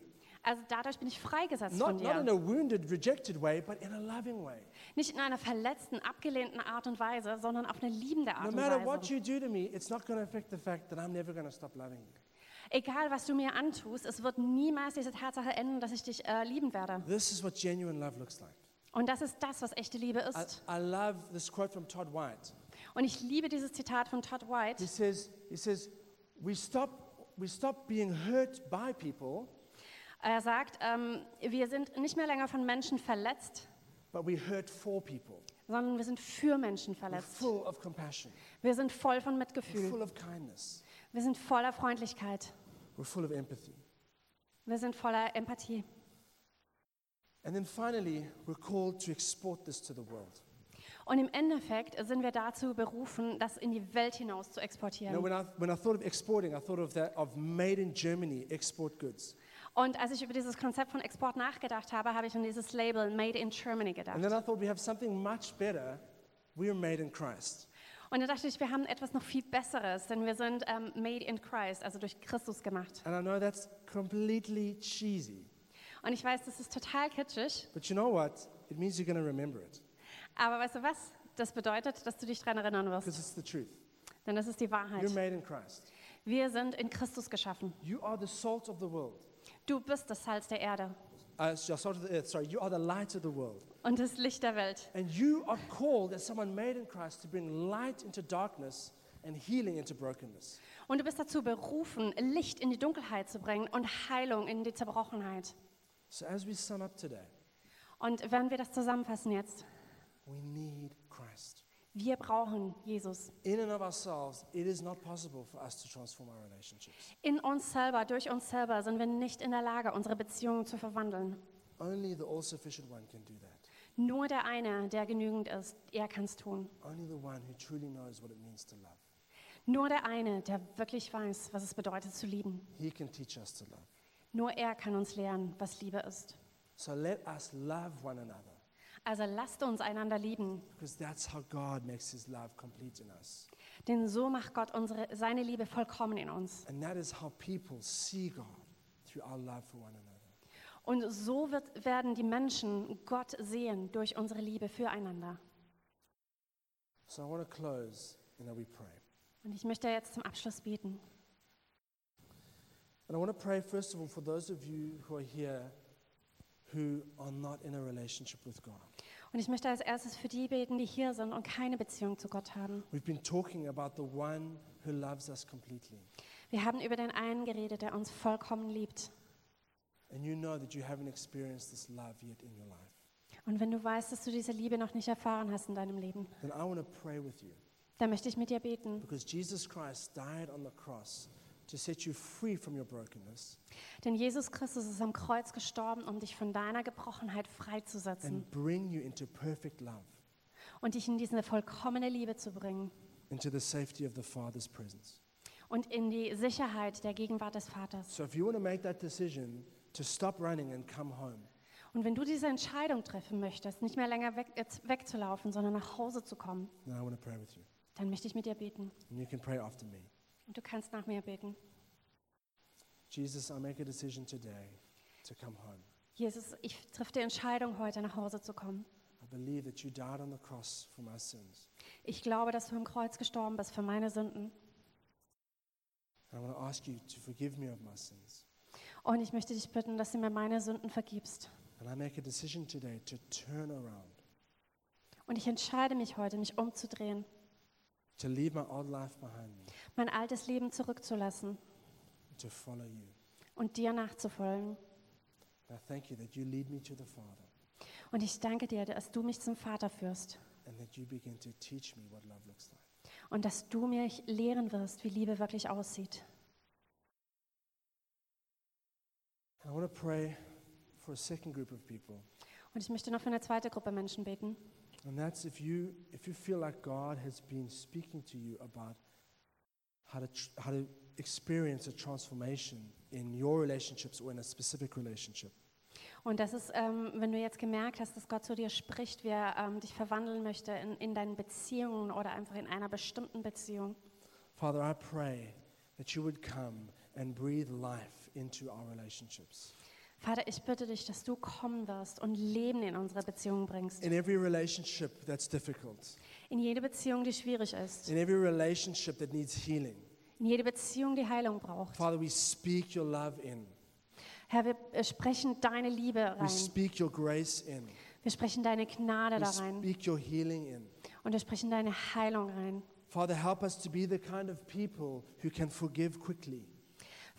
Speaker 2: Also dadurch bin ich freigesetzt von
Speaker 1: Not, not in
Speaker 2: dir.
Speaker 1: a wounded, rejected way, but in a loving way.
Speaker 2: Nicht in einer verletzten, abgelehnten Art und Weise, sondern auf eine liebende Art
Speaker 1: No
Speaker 2: und
Speaker 1: matter what
Speaker 2: Weise.
Speaker 1: you do to me, it's not going to affect the fact that I'm never going to stop loving you.
Speaker 2: Egal, was du mir antust, es wird niemals diese Tatsache enden, dass ich dich äh, lieben werde.
Speaker 1: This is what genuine love looks like.
Speaker 2: Und das ist das, was echte Liebe
Speaker 1: I,
Speaker 2: ist.
Speaker 1: I love this quote from Todd White.
Speaker 2: Und ich liebe dieses Zitat von Todd
Speaker 1: He
Speaker 2: White.
Speaker 1: says, he says we, stop, we stop being hurt by people,
Speaker 2: Er sagt, ähm, wir sind nicht mehr länger von Menschen verletzt,
Speaker 1: but we hurt for people.
Speaker 2: sondern wir sind für Menschen
Speaker 1: We're
Speaker 2: verletzt.
Speaker 1: full of compassion,
Speaker 2: Wir sind voll von
Speaker 1: we're
Speaker 2: Mitgefühl.
Speaker 1: full of kindness,
Speaker 2: Wir sind voller Freundlichkeit.
Speaker 1: we're full of empathy.
Speaker 2: Wir sind voller Empathie.
Speaker 1: And then finally, we're called to export this to the world.
Speaker 2: Und im Endeffekt sind wir dazu berufen, das in die Welt hinaus zu
Speaker 1: You know,
Speaker 2: exportieren.
Speaker 1: when I, when I thought of exporting, I thought of that of made in Germany export goods.
Speaker 2: Und als ich über dieses Konzept von Export nachgedacht habe, habe ich an dieses Label Made in Germany gedacht.
Speaker 1: And then I thought we have something much better. We are made in Christ.
Speaker 2: Und da dachte ich, wir haben etwas noch viel Besseres, denn wir sind ähm, Made in Christ, also durch Christus gemacht.
Speaker 1: And I know that's completely cheesy,
Speaker 2: Und ich weiß, das ist total kitschig,
Speaker 1: but you know what? It means you're going to remember it
Speaker 2: aber weißt du was? Das bedeutet, dass du dich daran erinnern
Speaker 1: because
Speaker 2: wirst,
Speaker 1: it's the truth.
Speaker 2: denn das ist die
Speaker 1: You're
Speaker 2: Wahrheit.
Speaker 1: made in Christ.
Speaker 2: Wir sind in Christus geschaffen.
Speaker 1: You are the salt of the world.
Speaker 2: Du bist das Salz der Erde
Speaker 1: Uh, so- salt of the earth, sorry. You are the light of the world.
Speaker 2: und das Licht der Welt.
Speaker 1: And you are called as someone made in Christ to bring light into darkness and healing into brokenness.
Speaker 2: Und du bist dazu berufen, Licht in die Dunkelheit zu bringen und Heilung in die Zerbrochenheit.
Speaker 1: So as we sum up today,
Speaker 2: Und wenn wir das zusammenfassen jetzt,
Speaker 1: we need Christ.
Speaker 2: wir brauchen Jesus.
Speaker 1: In and of ourselves, it is not possible for us to transform our relationships.
Speaker 2: In uns selber, durch uns selber sind wir nicht in der Lage, unsere Beziehungen zu verwandeln.
Speaker 1: Only the all sufficient one can do that.
Speaker 2: Nur der eine, der genügend ist, er kann es tun.
Speaker 1: Only the one who truly knows what it means to love.
Speaker 2: Nur der eine, der wirklich weiß, was es bedeutet zu lieben.
Speaker 1: He can teach us to love.
Speaker 2: Nur er kann uns lernen, was Liebe ist.
Speaker 1: So let us love one another
Speaker 2: Also lasst uns einander lieben,
Speaker 1: because that's how God makes his love complete in us.
Speaker 2: denn so macht Gott unsere, seine Liebe vollkommen in uns.
Speaker 1: And that is how people see God through our love for one another.
Speaker 2: Und so wird, werden die Menschen Gott sehen durch unsere Liebe füreinander.
Speaker 1: So I want to close and that we pray.
Speaker 2: Und ich möchte jetzt zum Abschluss beten.
Speaker 1: And I want to pray, first of all, for those of you who are here who are not in a relationship with God.
Speaker 2: Und ich möchte als erstes für die beten, die hier sind und keine Beziehung zu Gott haben.
Speaker 1: We've been talking about the one who loves us completely.
Speaker 2: Wir haben über den einen geredet, der uns vollkommen liebt.
Speaker 1: And you know that you haven't experienced this love yet in your life.
Speaker 2: Und wenn du weißt, dass du diese Liebe noch nicht erfahren hast in deinem Leben,
Speaker 1: Then I want to pray with you
Speaker 2: dann möchte ich mit dir beten.
Speaker 1: because Jesus Christ died on the cross to set you free from your brokenness
Speaker 2: Denn Jesus Christus ist am Kreuz gestorben, um dich von deiner Gebrochenheit freizusetzen
Speaker 1: and bring you into perfect love,
Speaker 2: und dich in diese vollkommene Liebe zu bringen
Speaker 1: into the safety of the Father's presence.
Speaker 2: und in die Sicherheit der Gegenwart des Vaters.
Speaker 1: So if you want to make that decision to stop running and come home,
Speaker 2: Und wenn du diese Entscheidung treffen möchtest, nicht mehr länger weg, äh, wegzulaufen, sondern nach Hause zu kommen,
Speaker 1: then I want to pray with you.
Speaker 2: dann möchte ich mit dir beten.
Speaker 1: And you can pray after me.
Speaker 2: Und du kannst nach mir beten.
Speaker 1: Jesus, I make a decision today to come home.
Speaker 2: Jesus, ich treffe die Entscheidung, heute nach Hause zu kommen.
Speaker 1: I believe that you died on the cross for my sins.
Speaker 2: Ich glaube, dass du am Kreuz gestorben bist für meine Sünden.
Speaker 1: And I want to ask you to forgive me of my sins.
Speaker 2: Und ich möchte dich bitten, dass du mir meine Sünden vergibst.
Speaker 1: And I make a decision today to turn around,
Speaker 2: Und ich entscheide mich heute, mich umzudrehen,
Speaker 1: to leave my old life behind me,
Speaker 2: mein altes Leben zurückzulassen
Speaker 1: to follow you.
Speaker 2: und dir nachzufolgen.
Speaker 1: And I thank you that you lead me to the Father
Speaker 2: Und ich danke dir, dass du mich zum Vater führst
Speaker 1: and that you begin to teach me what love looks like.
Speaker 2: und dass du mich lehren wirst, wie Liebe wirklich aussieht.
Speaker 1: And I want to pray for a second group of people.
Speaker 2: Und ich möchte noch für eine zweite Gruppe Menschen beten.
Speaker 1: And that's if you if you feel like God has been speaking to you about how to tr- how to experience a transformation in your relationships or in a specific relationship.
Speaker 2: Und das ist, ähm, wenn du jetzt gemerkt hast, dass Gott zu dir spricht, wie er ähm, dich verwandeln möchte in, in deinen Beziehungen oder einfach in einer bestimmten Beziehung.
Speaker 1: Father, I pray that you would come and breathe life into our relationships.
Speaker 2: Vater, ich bitte dich, dass du kommen wirst und Leben in unsere Beziehungen bringst.
Speaker 1: In every relationship that's difficult,
Speaker 2: In jede Beziehung, die schwierig ist.
Speaker 1: in every relationship that needs healing.
Speaker 2: In jede Beziehung, die Heilung braucht.
Speaker 1: Father, we speak your love in.
Speaker 2: Herr, wir äh, sprechen deine Liebe
Speaker 1: We
Speaker 2: rein.
Speaker 1: speak your grace in.
Speaker 2: Wir sprechen deine Gnade
Speaker 1: We
Speaker 2: da rein.
Speaker 1: speak your healing in.
Speaker 2: Und wir sprechen deine Heilung rein.
Speaker 1: Father, help us to be the kind of people who can forgive quickly,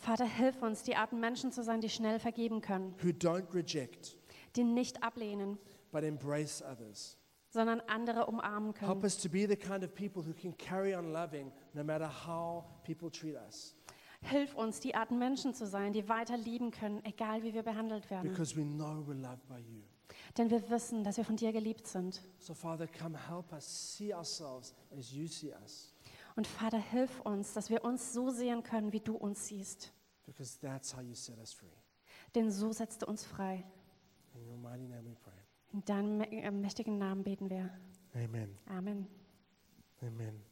Speaker 2: Vater, hilf uns, die Arten Menschen zu sein, die schnell vergeben können,
Speaker 1: who don't reject,
Speaker 2: die nicht ablehnen,
Speaker 1: but embrace others.
Speaker 2: sondern andere umarmen können.
Speaker 1: Help us to be the kind of people who can carry on loving no matter how people treat us,
Speaker 2: Hilf uns, die Arten Menschen zu sein, die weiter lieben können, egal wie wir behandelt werden.
Speaker 1: because we know we're loved by you.
Speaker 2: Denn wir wissen, dass wir von dir geliebt sind.
Speaker 1: So, Father, come help us see ourselves as you see us,
Speaker 2: Und Vater, hilf uns, dass wir uns so sehen können, wie du uns siehst.
Speaker 1: because that's how you set us free.
Speaker 2: Denn so setzt du uns frei.
Speaker 1: In your mighty name we pray.
Speaker 2: In deinem mä- äh, mächtigen Namen beten wir.
Speaker 1: Amen.
Speaker 2: Amen.
Speaker 1: Amen.